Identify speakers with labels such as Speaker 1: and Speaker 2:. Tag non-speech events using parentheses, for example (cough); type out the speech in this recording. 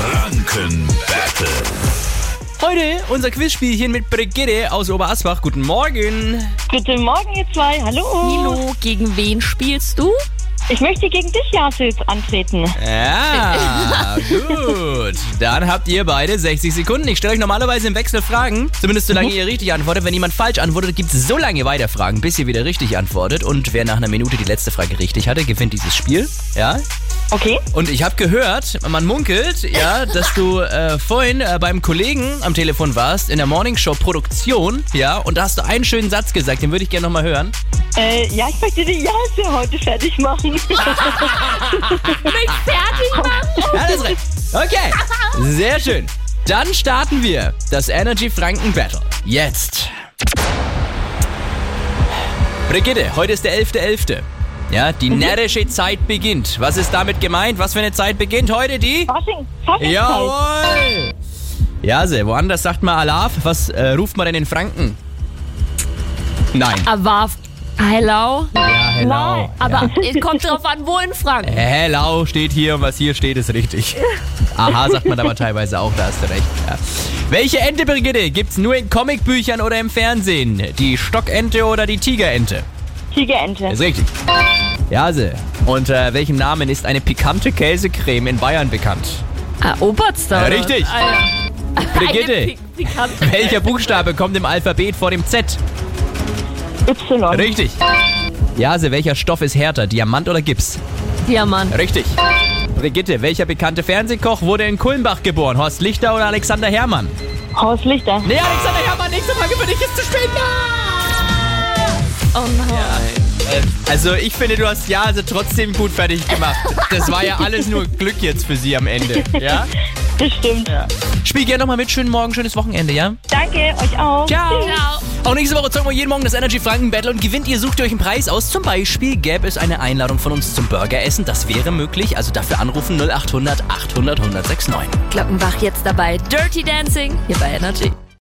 Speaker 1: Franken Battle.
Speaker 2: Heute unser Quizspielchen mit Brigitte aus Oberasbach. Guten Morgen.
Speaker 3: Guten Morgen, ihr zwei. Hallo.
Speaker 4: Nilo, gegen wen spielst du?
Speaker 3: Ich möchte gegen dich, Jasil, antreten.
Speaker 2: Ja, gut. Dann habt ihr beide 60 Sekunden. Ich stelle euch normalerweise im Wechsel Fragen. Zumindest solange ihr richtig antwortet. Wenn jemand falsch antwortet, gibt es so lange weiter Fragen, bis ihr wieder richtig antwortet. Und wer nach einer Minute die letzte Frage richtig hatte, gewinnt dieses Spiel. Ja?
Speaker 3: Okay.
Speaker 2: Und ich habe gehört, man munkelt, ja, dass du äh, vorhin äh, beim Kollegen am Telefon warst in der Morningshow Produktion, ja, und da hast du einen schönen Satz gesagt, den würde ich gerne nochmal hören.
Speaker 3: Äh, ja, ich möchte die Jasil heute fertig machen. (laughs)
Speaker 4: Mich fertig machen?
Speaker 2: Ja, das ist recht. Okay, sehr schön. Dann starten wir das Energy Franken Battle. Jetzt. Brigitte, heute ist der 11.11. Ja, die närrische Zeit beginnt. Was ist damit gemeint? Was für eine Zeit beginnt heute die?
Speaker 3: Fasching, Faschingszeit.
Speaker 2: Jawohl! Jase, woanders sagt man Alaf. Was äh, ruft man denn in Franken? Nein.
Speaker 4: Aber Hello?
Speaker 2: Ja, hello.
Speaker 4: Aber es kommt drauf an, wo in Franken.
Speaker 2: Hello steht hier und was hier steht, ist richtig. Aha, sagt man aber teilweise auch, da hast du recht. Ja. Welche Ente, Brigitte, gibt's nur in Comicbüchern oder im Fernsehen? Die Stockente oder die Tigerente?
Speaker 3: Tigerente.
Speaker 2: Ist richtig. Jase, unter äh, welchem Namen ist eine pikante Käsecreme in Bayern bekannt?
Speaker 4: Ah, Oberster.
Speaker 2: Ja, richtig.
Speaker 4: Eine,
Speaker 2: Brigitte.
Speaker 4: Eine Pik- Pikante.
Speaker 2: Welcher Buchstabe kommt im Alphabet vor dem Z?
Speaker 3: Y.
Speaker 2: Richtig. Jase, welcher Stoff ist härter, Diamant oder Gips?
Speaker 4: Diamant.
Speaker 2: Richtig. Brigitte, welcher bekannte Fernsehkoch wurde in Kulmbach geboren? Horst Lichter oder Alexander Herrmann?
Speaker 3: Horst Lichter.
Speaker 2: Nee, Alexander Herrmann, nächste Frage für dich ist zu spät.
Speaker 4: Oh nein.
Speaker 2: Also ich finde, du hast Jase trotzdem gut fertig gemacht. Das war ja alles nur Glück jetzt für sie am Ende. Ja?
Speaker 3: Das stimmt.
Speaker 2: Spiel gerne nochmal mit. Schönen Morgen, schönes Wochenende, ja?
Speaker 3: Danke, euch auch.
Speaker 2: Ciao.
Speaker 4: Ciao.
Speaker 2: Auch nächste Woche zocken wir jeden Morgen das Energy Franken Battle und gewinnt ihr, sucht ihr euch einen Preis aus. Zum Beispiel gäbe es eine Einladung von uns zum Burgeressen. Das wäre möglich. Also dafür anrufen 0800 800 1069.
Speaker 4: Glockenbach jetzt dabei. Dirty Dancing hier bei Energy.